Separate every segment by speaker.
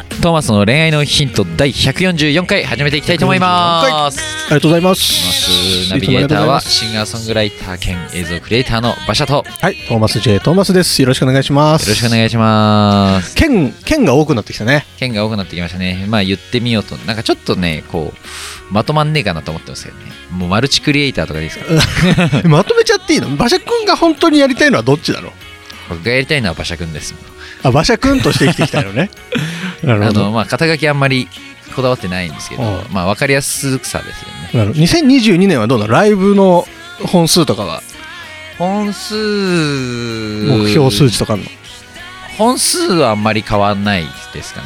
Speaker 1: トーマスの恋愛のヒント第144回始めていきたいと思います
Speaker 2: りがとうございま
Speaker 1: トーマ
Speaker 2: す
Speaker 1: スナビゲーターはい
Speaker 2: つも
Speaker 1: シンガーソングライター兼映像クリエイターの馬車とよ
Speaker 2: ありがとうございますはいトーマス J トーマスですよろしくお願いします
Speaker 1: ろしくお
Speaker 2: い
Speaker 1: 願いします
Speaker 2: 剣剣が多くなってきたね
Speaker 1: 件が多くなってきましたねまあ言ってみようとなんかちょっとねこうまとまんねえかなと思ってますけどねもうマルチクリエイターとかでいいですか
Speaker 2: まとめちゃっていいの馬車くんが本当にやりたいのはどっちだろう
Speaker 1: 僕がやりたいのは馬車くんです
Speaker 2: あ馬車くんとして生きていきたいのね なる
Speaker 1: あ
Speaker 2: ほど
Speaker 1: のまあ肩書きあんまりこだわってないんですけど
Speaker 2: う
Speaker 1: まあ分かりやすさですよね
Speaker 2: なるほど2022年はどうなのライブの本数とかは
Speaker 1: 本数目
Speaker 2: 目標数値とかあるの
Speaker 1: 本数はあんまり変わんないですか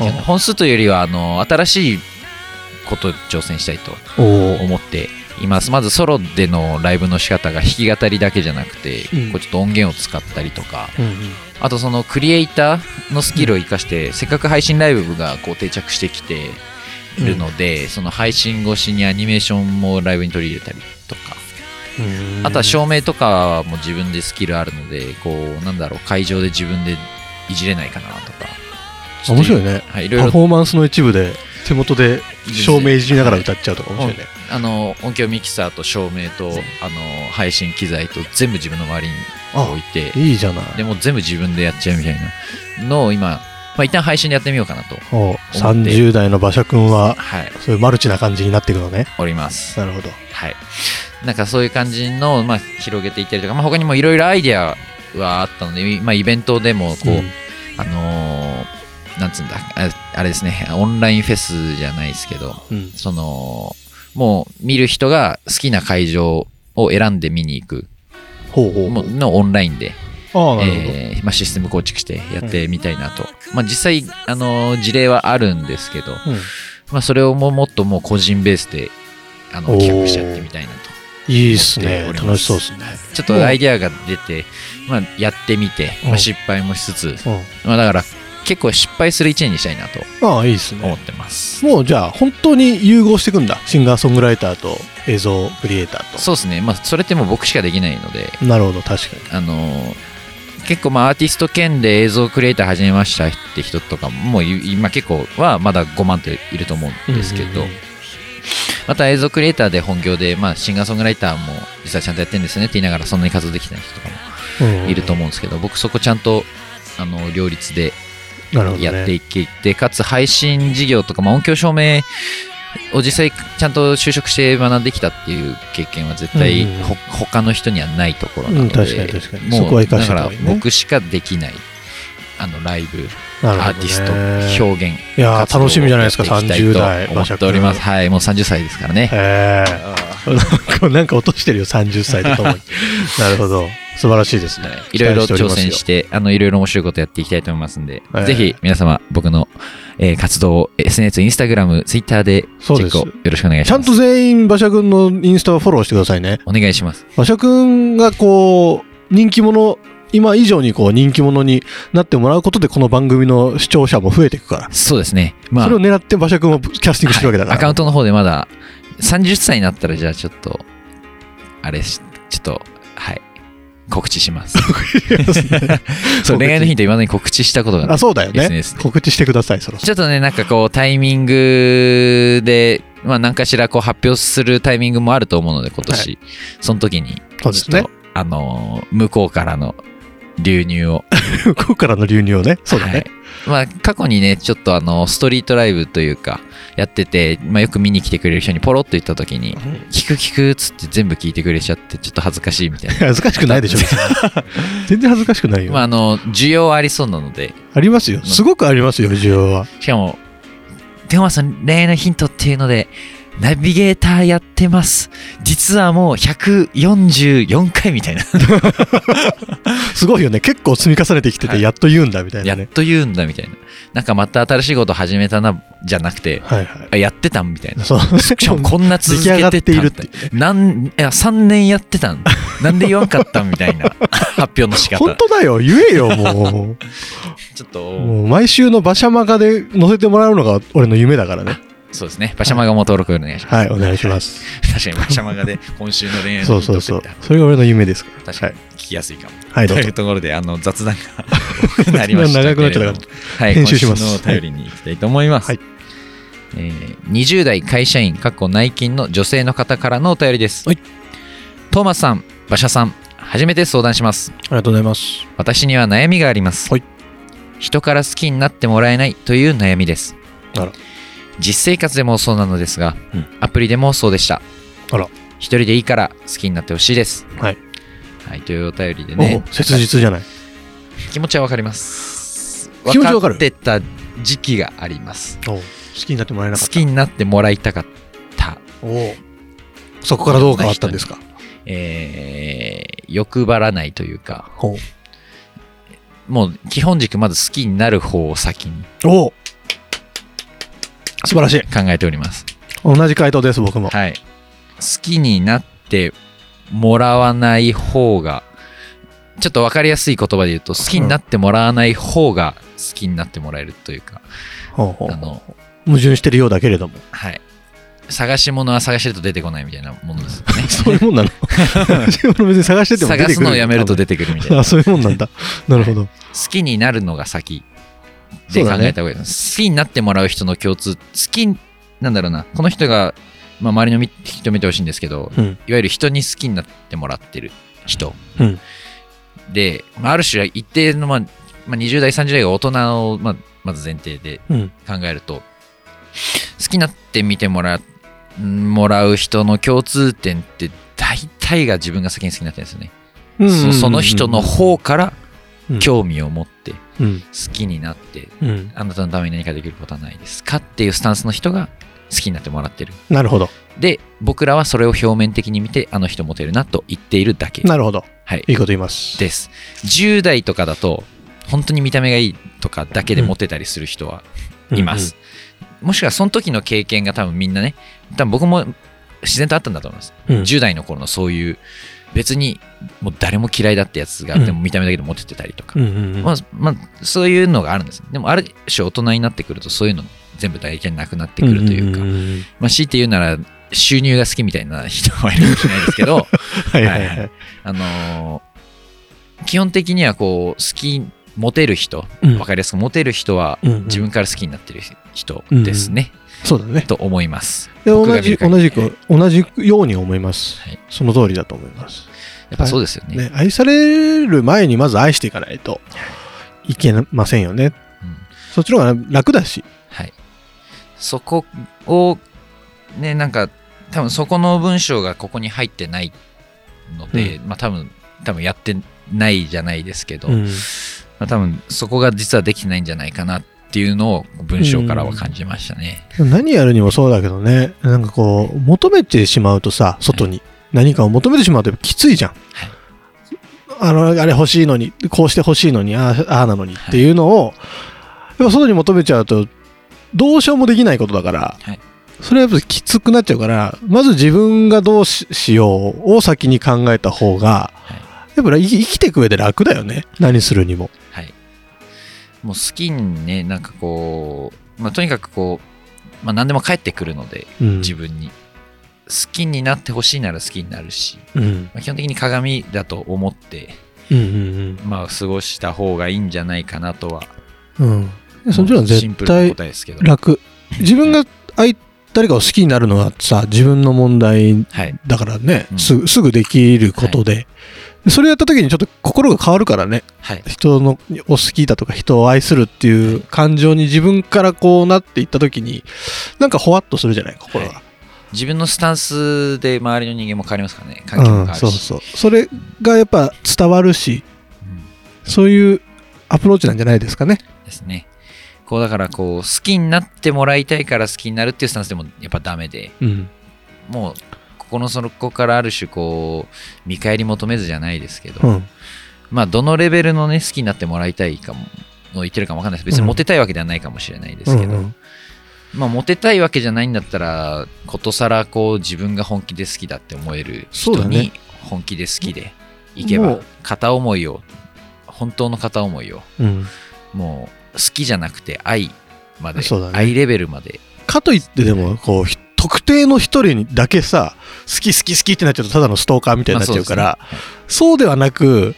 Speaker 2: うん
Speaker 1: ね本数というよりはあの新しいことに挑戦したいと
Speaker 2: お
Speaker 1: 思っていますまずソロでのライブの仕方が弾き語りだけじゃなくて、
Speaker 2: うん
Speaker 1: こうちょっと音源を使ったりとか
Speaker 2: うん
Speaker 1: あとそのクリエイターのスキルを生かして、せっかく配信ライブがこう定着してきているので、その配信越しにアニメーションもライブに取り入れたりとか
Speaker 2: うんうん
Speaker 1: あとは照明とかも自分でスキルあるので、こう、なんだろう、会場で自分でいじれないかなとか。
Speaker 2: 面白いね
Speaker 1: はい、いろ
Speaker 2: パ
Speaker 1: い
Speaker 2: フ
Speaker 1: ろ、
Speaker 2: ォーマンスの一部で手元で照明いじりながら歌っちゃうとか面白いね
Speaker 1: あの、音響ミキサーと照明と、あの、配信機材と全部自分の周りに置いて、
Speaker 2: いいじゃない
Speaker 1: でもう全部自分でやっちゃうみたいなのを今、まあ、一旦配信でやってみようかなと。
Speaker 2: お30代の馬車くんは
Speaker 1: はい、
Speaker 2: そういうマルチな感じになっていくのね
Speaker 1: おります。
Speaker 2: なるほど
Speaker 1: はい。なんかそういう感じの、まあ、広げていったりとか、まあ、他にもいろいろアイデアはあったので、まあ、イベントでも、こう、あのーなんつうんだあ、あれですね、オンラインフェスじゃないですけど、
Speaker 2: うん
Speaker 1: その、もう見る人が好きな会場を選んで見に行く
Speaker 2: ほうほう
Speaker 1: もうのオンラインで、
Speaker 2: ああなるほど、
Speaker 1: えーまあ、システム構築してやってみたいなと。まあ、実際、あのー事例はあるんですけど、
Speaker 2: うん
Speaker 1: まあ、それをもうもっともう個人ベースで、あの、
Speaker 2: おー
Speaker 1: 企画しちゃってみたいなと。
Speaker 2: いいっすね
Speaker 1: 思っておりま
Speaker 2: 楽
Speaker 1: す
Speaker 2: しそうっすね
Speaker 1: ちょっとアイデアが出て、まあ、やってみて、ま
Speaker 2: う
Speaker 1: あ、
Speaker 2: ん
Speaker 1: 失敗もしつつ、
Speaker 2: うん
Speaker 1: まあ、だから、結構失敗する一年にしたいなと
Speaker 2: ああいいっす
Speaker 1: 思
Speaker 2: ね
Speaker 1: ってます。
Speaker 2: もうじゃあ本当に融合していくんだシンガーソングライターと映像クリエイター
Speaker 1: そうですね、まあ、それってもう僕しかできないので、
Speaker 2: となるほど確かに
Speaker 1: あのー結構まあアーティスト兼で映像クリエイター始めましたって人とかももうい今結構はまだ5万っていると思うんですけど、
Speaker 2: うんうんうん
Speaker 1: また映像クリエイターで本業で、まあ、シンガーソングライターも実際ちゃんとやってるんですねって言いながらそんなに活動できてない人とか
Speaker 2: うんう
Speaker 1: も
Speaker 2: ん
Speaker 1: いると思うんですけど、僕そこちゃんとあの両立で
Speaker 2: なるほどね
Speaker 1: やっていけて、かつ配信事業とか、まあ、音響証明を実際ちゃんと就職して学んできたっていう経験は絶対
Speaker 2: うんうん
Speaker 1: ほ、他の人にはないところなので、
Speaker 2: うん確かに確かに
Speaker 1: もう
Speaker 2: そこは活かして
Speaker 1: だ
Speaker 2: た
Speaker 1: から
Speaker 2: 方がいいね
Speaker 1: 僕しかできないあのライブ、
Speaker 2: なるほ
Speaker 1: ア
Speaker 2: どね
Speaker 1: ーティスト表現
Speaker 2: いや
Speaker 1: 活
Speaker 2: ー
Speaker 1: 動を
Speaker 2: 楽しみじゃないですか
Speaker 1: やってい
Speaker 2: 30
Speaker 1: きた
Speaker 2: 代
Speaker 1: いと思っておりますはいもう30歳ですからね、
Speaker 2: へえなんか なんか落としてるよ30歳とと もになるほど素晴らしいですね
Speaker 1: いろいろ挑
Speaker 2: 期
Speaker 1: 戦
Speaker 2: 待
Speaker 1: し
Speaker 2: して
Speaker 1: て、あの、いろいろ面白いことやっていきたいと思いますんで、
Speaker 2: はい
Speaker 1: ぜひ皆様、僕の、えー活動を SNS、インスタグラム、ツイッターでチ
Speaker 2: そう
Speaker 1: ェ
Speaker 2: で
Speaker 1: ッ
Speaker 2: す
Speaker 1: クをよろしくお願い
Speaker 2: おりますよ
Speaker 1: し
Speaker 2: ちゃ
Speaker 1: ま
Speaker 2: ん
Speaker 1: す。
Speaker 2: と全員馬車くんのインスタをフォローしてくださいね
Speaker 1: お願いします。
Speaker 2: 馬車くんがこう人気者今以上にこう人気者になってもらうことでこの番組の視聴者も増えていくから、
Speaker 1: そうですね。まあ、
Speaker 2: それを狙って馬車くんをキャスティングしてるわけだから、
Speaker 1: アカウントの方でまだ、30歳になったら、じゃあちょっと、あれし、ちょっと、はい、告知し ます。そう、恋愛のヒント、いまだに告知したことがない
Speaker 2: あそうだよね
Speaker 1: SNS で
Speaker 2: 告知してくださいそろそ
Speaker 1: ちょっとね、なんかこう、タイミングで、まあ、何かしらこう発表するタイミングもあると思うので、今年、
Speaker 2: は
Speaker 1: その時に、
Speaker 2: そうですね
Speaker 1: ちょっと、あのー向こうからの流入を。
Speaker 2: ろここからの流入をねそうだね、
Speaker 1: はいまあ、過去にね、ちょっとあの、ストリートライブというか、やってて、まあ、よく見に来てくれる人にポロッと言った時に、聞く聞くっつって全部聞いてくれちゃって、ちょっと恥ずかしいみたいな。
Speaker 2: 恥ずかしくないでしょ別に全然恥ずかしくないよ、
Speaker 1: まあ、あの、需要はありそうなので、
Speaker 2: ありますよすごくありますよ需要は
Speaker 1: しかも、テオマさん恋愛のヒントっていうので、ナビゲーターやってます実はもう144回みたいな、
Speaker 2: すごいよね結構積み重ねてきて
Speaker 1: は
Speaker 2: て
Speaker 1: い
Speaker 2: やっと言うんだみたい
Speaker 1: や
Speaker 2: な
Speaker 1: っ
Speaker 2: ね、
Speaker 1: と言うんだみたいななんかまた新しいこと始めたなじゃなくて
Speaker 2: はいはい
Speaker 1: あやってたんみたい なし
Speaker 2: そう
Speaker 1: かもこんな
Speaker 2: 出
Speaker 1: 続
Speaker 2: 来上がっ
Speaker 1: けて
Speaker 2: てい
Speaker 1: た
Speaker 2: るっ
Speaker 1: み
Speaker 2: て
Speaker 1: た
Speaker 2: い
Speaker 1: いうなんいや3年やって たんなんで言わんかったんみたいな発表の仕方
Speaker 2: 本当だよ言えよも
Speaker 1: ちょっ
Speaker 2: う
Speaker 1: と
Speaker 2: もう毎週の馬車マガで載せてもらうのが俺の夢だからね
Speaker 1: そうですね馬車マガも登録お願いします、
Speaker 2: はいお願いします
Speaker 1: 確かに馬車マガ で今週の恋愛の
Speaker 2: そう
Speaker 1: ヒン
Speaker 2: そ
Speaker 1: ト
Speaker 2: う
Speaker 1: って言 っ
Speaker 2: そう
Speaker 1: たら
Speaker 2: それが俺の夢ですから
Speaker 1: 確かに聞きやすいかも
Speaker 2: はいど
Speaker 1: と
Speaker 2: う
Speaker 1: い
Speaker 2: ぞ
Speaker 1: うところであの雑談が 多くなりましたけれども
Speaker 2: 長くなっちゃった
Speaker 1: はい、
Speaker 2: 編集します
Speaker 1: 今週のお便りに行きたいと思います、
Speaker 2: はい
Speaker 1: えー20代会社員かっこ内勤の女性の方からのお便りです、
Speaker 2: はい
Speaker 1: トーマスさん馬車さん初めて相談します
Speaker 2: ありがとうございます
Speaker 1: 私には悩みがあります、
Speaker 2: はい
Speaker 1: 人から好きになってもらえないという悩みです
Speaker 2: あら
Speaker 1: 実生活でもそうなのですが、
Speaker 2: うん
Speaker 1: アプリでもそうでした
Speaker 2: あら
Speaker 1: 一人でいいから好きになってほしいです
Speaker 2: はい、
Speaker 1: はい、というお便りでね
Speaker 2: おお切実じゃない
Speaker 1: 気持ちはわかります
Speaker 2: 気持ちわかる
Speaker 1: 分ってた時期があります
Speaker 2: お好きになってもらえ
Speaker 1: 好
Speaker 2: なかった
Speaker 1: きになってもらいたかった、
Speaker 2: おそこからどう変わったんですか
Speaker 1: えー欲張らないというか
Speaker 2: お
Speaker 1: もう基本軸まず好きになる方を先に
Speaker 2: お素晴らしい
Speaker 1: 考えております
Speaker 2: 同じ回答です僕も
Speaker 1: はい好きになってもらわない方がちょっと分かりやすい言葉で言うと好きになってもらわない方が好きになってもらえるというか、
Speaker 2: ほうほう
Speaker 1: あの
Speaker 2: 矛盾してるようだけれども
Speaker 1: はい探し物は探してると出てこないみたいなものですよ ね
Speaker 2: そういうもん なの自分の別に探してても出てく
Speaker 1: 探
Speaker 2: る
Speaker 1: すのをやめると出てくるみたいな
Speaker 2: あそういうもんなんだなるほど
Speaker 1: 好きになるのが先
Speaker 2: そ
Speaker 1: で
Speaker 2: う
Speaker 1: 考
Speaker 2: だね
Speaker 1: えた方がいいです、好きになってもらう人の共通好きなんだろうなこの人が、まあ、周りのみ人見てほしいんですけど
Speaker 2: うん
Speaker 1: いわゆる人に好きになってもらってる人
Speaker 2: うん
Speaker 1: で、まあ、ある種は一定の、まあまあ、20代30代が大人を、まあ、まず前提で
Speaker 2: うん
Speaker 1: 考えると好きになってみてもらもらう人の共通点って大体が自分が先に好きになってるんですよね、そその人の方から興味を持って
Speaker 2: うん
Speaker 1: 好きになって
Speaker 2: うん
Speaker 1: あなたのために何かできることはないですかっていうスタンスの人が好きになってもらってる
Speaker 2: なるほど
Speaker 1: で僕らはそれを表面的に見てあの人モテるなと言っているだけ、
Speaker 2: なるほど
Speaker 1: はい
Speaker 2: い、いこと言います
Speaker 1: です10代とかだと本当に見た目がいいとかだけでモテたりする人は
Speaker 2: うん
Speaker 1: います、もしくはその時の経験が多分みんなね多分僕も自然とあったんだと思います、
Speaker 2: うんうん
Speaker 1: 10代の頃のそういう別にもう誰も嫌いだってやつが、
Speaker 2: うん
Speaker 1: でも見た目だけでモテてたりとか、
Speaker 2: うんうんうん
Speaker 1: まあまあ、そういうのがあるんですでもある種大人になってくるとそういうの全部大体なくなってくるというか、
Speaker 2: んんん
Speaker 1: まあ、強いて言うなら収入が好きみたいな人はいるかもしれないですけど、
Speaker 2: はいはいはい
Speaker 1: あのー基本的にはこう好きモテる人
Speaker 2: うん
Speaker 1: わかりやすくモテる人は
Speaker 2: うんうん
Speaker 1: 自分から好きになってる人ですね、
Speaker 2: そうだね
Speaker 1: と思います。
Speaker 2: で
Speaker 1: 僕が
Speaker 2: 同
Speaker 1: 見
Speaker 2: じ
Speaker 1: る限り
Speaker 2: 同じく同じように思います
Speaker 1: はい
Speaker 2: その通りだと思います
Speaker 1: やっぱそうですよね。
Speaker 2: ね愛される前にまず愛していかないといけませんよね
Speaker 1: うん
Speaker 2: そっちの方が楽だし
Speaker 1: はい、そこをねなんか多分そこの文章がここに入ってないので、まあ多分多分やってないじゃないですけど、ま
Speaker 2: ん
Speaker 1: あ、多分そこが実はできてないんじゃないかなっていうのを文章からは感じましたね。
Speaker 2: 何やるにもそうだけどねなんかこう求めてしまうとさ外に何かを求めてしまうときついじゃん、
Speaker 1: はい
Speaker 2: あのあれ欲しいのにこうして欲しいのにああああなのにっていうのを、やっぱ外に求めちゃうとどうしようもできないことだから、
Speaker 1: はい
Speaker 2: それはやっぱきつくなっちゃうからまず自分がどうししようを先に考えた方が、
Speaker 1: はい
Speaker 2: やっぱり生き生きていく上で楽だよね何するにも。
Speaker 1: はい、もう好きにねなんかこう、まあ、とにかくこう、まあ、何でも返ってくるので
Speaker 2: うん
Speaker 1: 自分に好きになってほしいなら好きになるし、
Speaker 2: うん
Speaker 1: まあ、基本的に鏡だと思って
Speaker 2: うんうん
Speaker 1: まあ、過ごした方がいいんじゃないかなとは、
Speaker 2: うんうんでそっちの方が
Speaker 1: シンプル
Speaker 2: 絶
Speaker 1: な
Speaker 2: 対
Speaker 1: 答えですけど、
Speaker 2: 楽自分が相誰かを好きになるのはさ自分の問題
Speaker 1: はい、
Speaker 2: だからね、
Speaker 1: うん
Speaker 2: すぐすぐできることで、それやった時にちょっと心が変わるからね
Speaker 1: はい、
Speaker 2: 人のお好きだとか人を愛するっていう感情に自分からこうなっていった時になんかほわっとするじゃない心が、
Speaker 1: 自分のスタンスで周りの人間も変わりますからね、環境も変
Speaker 2: うん、
Speaker 1: わ
Speaker 2: そ
Speaker 1: る
Speaker 2: う
Speaker 1: し、
Speaker 2: そうそれがやっぱ伝わるし
Speaker 1: うん
Speaker 2: そういうアプローチなんじゃないですかね
Speaker 1: ですね。こうだからこう好きになってもらいたいから好きになるっていうスタンスでもやっぱダメで
Speaker 2: うん
Speaker 1: もうここのそこからある種こう見返り求めずじゃないですけど、
Speaker 2: うん。
Speaker 1: まあどのレベルのね好きになってもらいたいかもの言ってるかもわかんないです別にモテたいわけではないかもしれないですけど、
Speaker 2: うんうん
Speaker 1: まあモテたいわけじゃないんだったらことさらこう自分が本気で好きだって思える
Speaker 2: そう
Speaker 1: 人
Speaker 2: だね
Speaker 1: に本気で好きでいけば、
Speaker 2: もう
Speaker 1: 片思いを本当の片思いを
Speaker 2: うん。
Speaker 1: もう好きじゃなくて愛まで、
Speaker 2: そうだね
Speaker 1: 愛レベルまで
Speaker 2: かといってでも、こう、ひ特定の一人にだけさ、好き好き好きってなっちゃうとただのストーカーみたいになっちゃうから、
Speaker 1: ま
Speaker 2: そうではなく、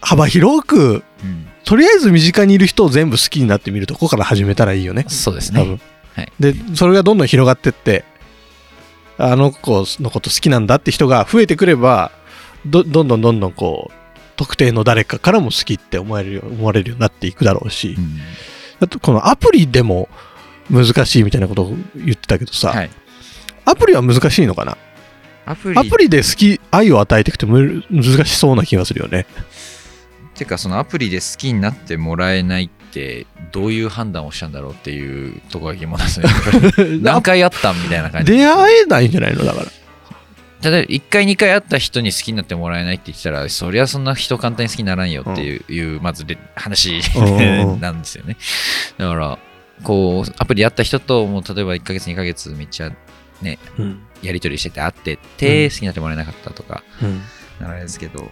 Speaker 2: 幅広く、
Speaker 1: うん
Speaker 2: とりあえず身近にいる人を全部好きになってみるとこから始めたらいいよね。
Speaker 1: そうです
Speaker 2: 多
Speaker 1: ね
Speaker 2: 分、
Speaker 1: はい
Speaker 2: でそれがどんどん広がってってあの子のこと好きなんだって人が増えてくればどどんどんどんどんこう特定の誰かからも好きって思えるよ思われるようになっていくだろうし、
Speaker 1: うん
Speaker 2: あとこのアプリでも難しいみたいなことを言ってたけどさ、
Speaker 1: はい
Speaker 2: アプリは難しいのかな
Speaker 1: アプリ
Speaker 2: アプリで好き愛を与えていくってむ難しそうな気がするよね
Speaker 1: てかそのアプリで好きになってもらえないってどういう判断をしたんだろうっていうとこが疑問なんですね 何回会ったんみたいな感じ
Speaker 2: 出会えないんじゃないのだから
Speaker 1: 例えば1回2回会った人に好きになってもらえないって言ってたらそりゃそんな人簡単に好きにならんよっていう,いう、まずで話
Speaker 2: うんう ん
Speaker 1: なんですよねだからこうアプリで会った人ともう例えば1ヶ月2ヶ月めっちゃ
Speaker 2: うん、
Speaker 1: やり取りしてて会ってて、
Speaker 2: うん
Speaker 1: 好きになってもらえなかったとかならあれですけど、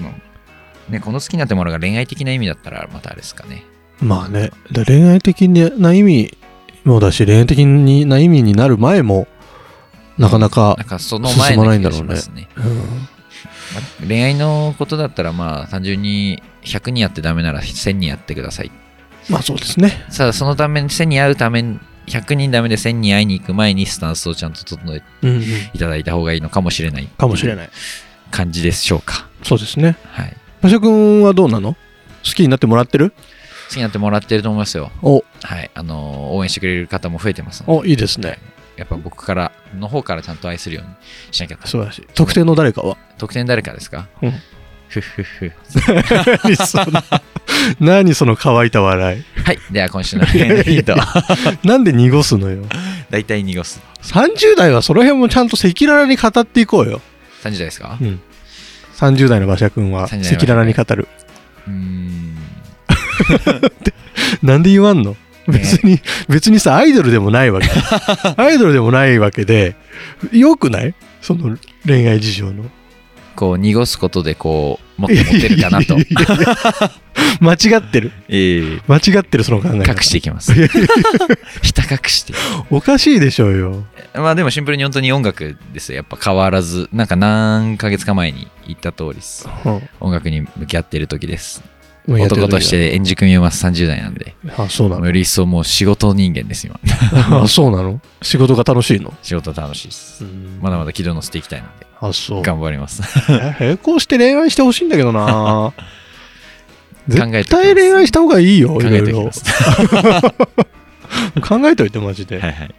Speaker 1: まあね、この好きになってもらうが恋愛的な意味だったらまたあれですかね
Speaker 2: まあね、で恋愛的な意味もだし、恋愛的な意味になる前も、なかなか
Speaker 1: なん、かその前の気がしますね。
Speaker 2: うん
Speaker 1: まあ恋愛のことだったらまあ単純に100人やってダメなら1000人やってください。
Speaker 2: まあそうですね。
Speaker 1: さあそのために1000人会うために100人ダメで1000人会いに行く前にスタンスをちゃんと整えて
Speaker 2: うん、
Speaker 1: いただいた方がいいのかもしれない。
Speaker 2: かもしれ
Speaker 1: い。
Speaker 2: ない。
Speaker 1: 感じでしょうか。
Speaker 2: そうですね。
Speaker 1: はい。
Speaker 2: 馬車君はどうなの好きになってもらってる
Speaker 1: 好きになってもらってると思いますよ。
Speaker 2: お、
Speaker 1: はい。あのー応援してくれる方も増えてますので
Speaker 2: お、いいですね。
Speaker 1: やっぱ僕からの方からちゃんと愛するようにしなきゃ
Speaker 2: 素晴らしい。特定の誰か は
Speaker 1: 得点誰かですか
Speaker 2: うん
Speaker 1: ふっふっふ
Speaker 2: 何その何その乾いた笑
Speaker 1: はいでは今週の 恋 愛のヒント
Speaker 2: い。なんで濁すのよ。
Speaker 1: 大体濁す
Speaker 2: 30代はその辺もちゃんと赤裸々に語っていこうよ。
Speaker 1: 30代ですか
Speaker 2: うん。30代の馬車君は赤
Speaker 1: 30代
Speaker 2: 裸々に語る。
Speaker 1: うーん
Speaker 2: なんで言わんの
Speaker 1: ね
Speaker 2: 別 に、別にさ、アイドルでもない わけ。アイドルでもないわけで、よくないその恋愛事情の。
Speaker 1: こう濁すことでこうもっと持ってるかなと
Speaker 2: いやいやいや間違ってる。
Speaker 1: ええ
Speaker 2: 間違ってる、その考え方
Speaker 1: 隠していきます ひた隠して
Speaker 2: おかしいでしょうよ。
Speaker 1: まあでもシンプルに本当に音楽ですよやっぱ変わらずなんか何ヶ月か前に言った通りです音楽に向き合ってる時です
Speaker 2: うん
Speaker 1: 男とし。て演じ組みます30代なんで
Speaker 2: あ、そうな
Speaker 1: より一層もう仕事人間です今
Speaker 2: の。あ、そうなの。仕事が楽しいの。
Speaker 1: 仕事楽しいですまだまだ軌道乗せていきたいので
Speaker 2: あ、そう。
Speaker 1: 頑張ります
Speaker 2: え並行して恋愛してほしいんだけ どな。
Speaker 1: えておきます
Speaker 2: 絶対恋愛した方がいいよ。
Speaker 1: 考
Speaker 2: いろ
Speaker 1: えて
Speaker 2: い
Speaker 1: おき
Speaker 2: ろ
Speaker 1: ます。
Speaker 2: 考えておいて、マジで。
Speaker 1: はいはい。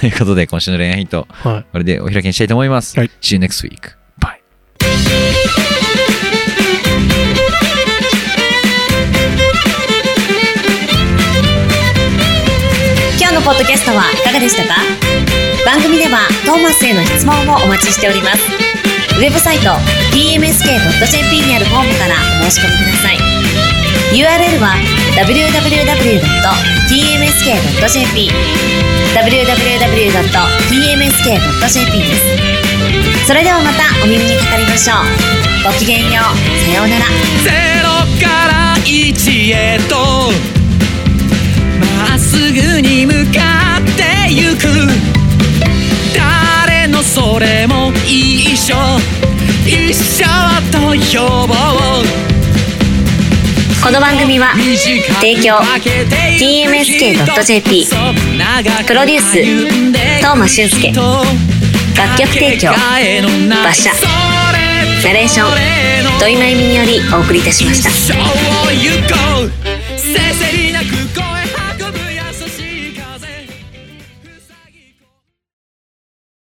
Speaker 1: ということで、今週の恋愛ヒント、
Speaker 2: はい
Speaker 1: これでお開きにしたいと思います。
Speaker 2: はい
Speaker 1: See you next week. Bye.
Speaker 3: 「今日のポッドキャストはいかがでしたか番組ではトーマスへの質問もお待ちしておりますウェブサイト tmsk.jp にあるフォームからお申し込みください URL は www.tmsk.jp www.tmsk.jp ですそれではまたお耳にかかりましょうごきげんようさようなら
Speaker 4: ゼロから一へとまっすぐに向かってゆく誰のそれも一緒一緒と呼ぼう
Speaker 3: この番組は提供 TMSK.jp プロデュース東間俊介楽曲提供馬車
Speaker 4: ナ
Speaker 3: ナレーション土井真由美によりお送りいたしました
Speaker 4: た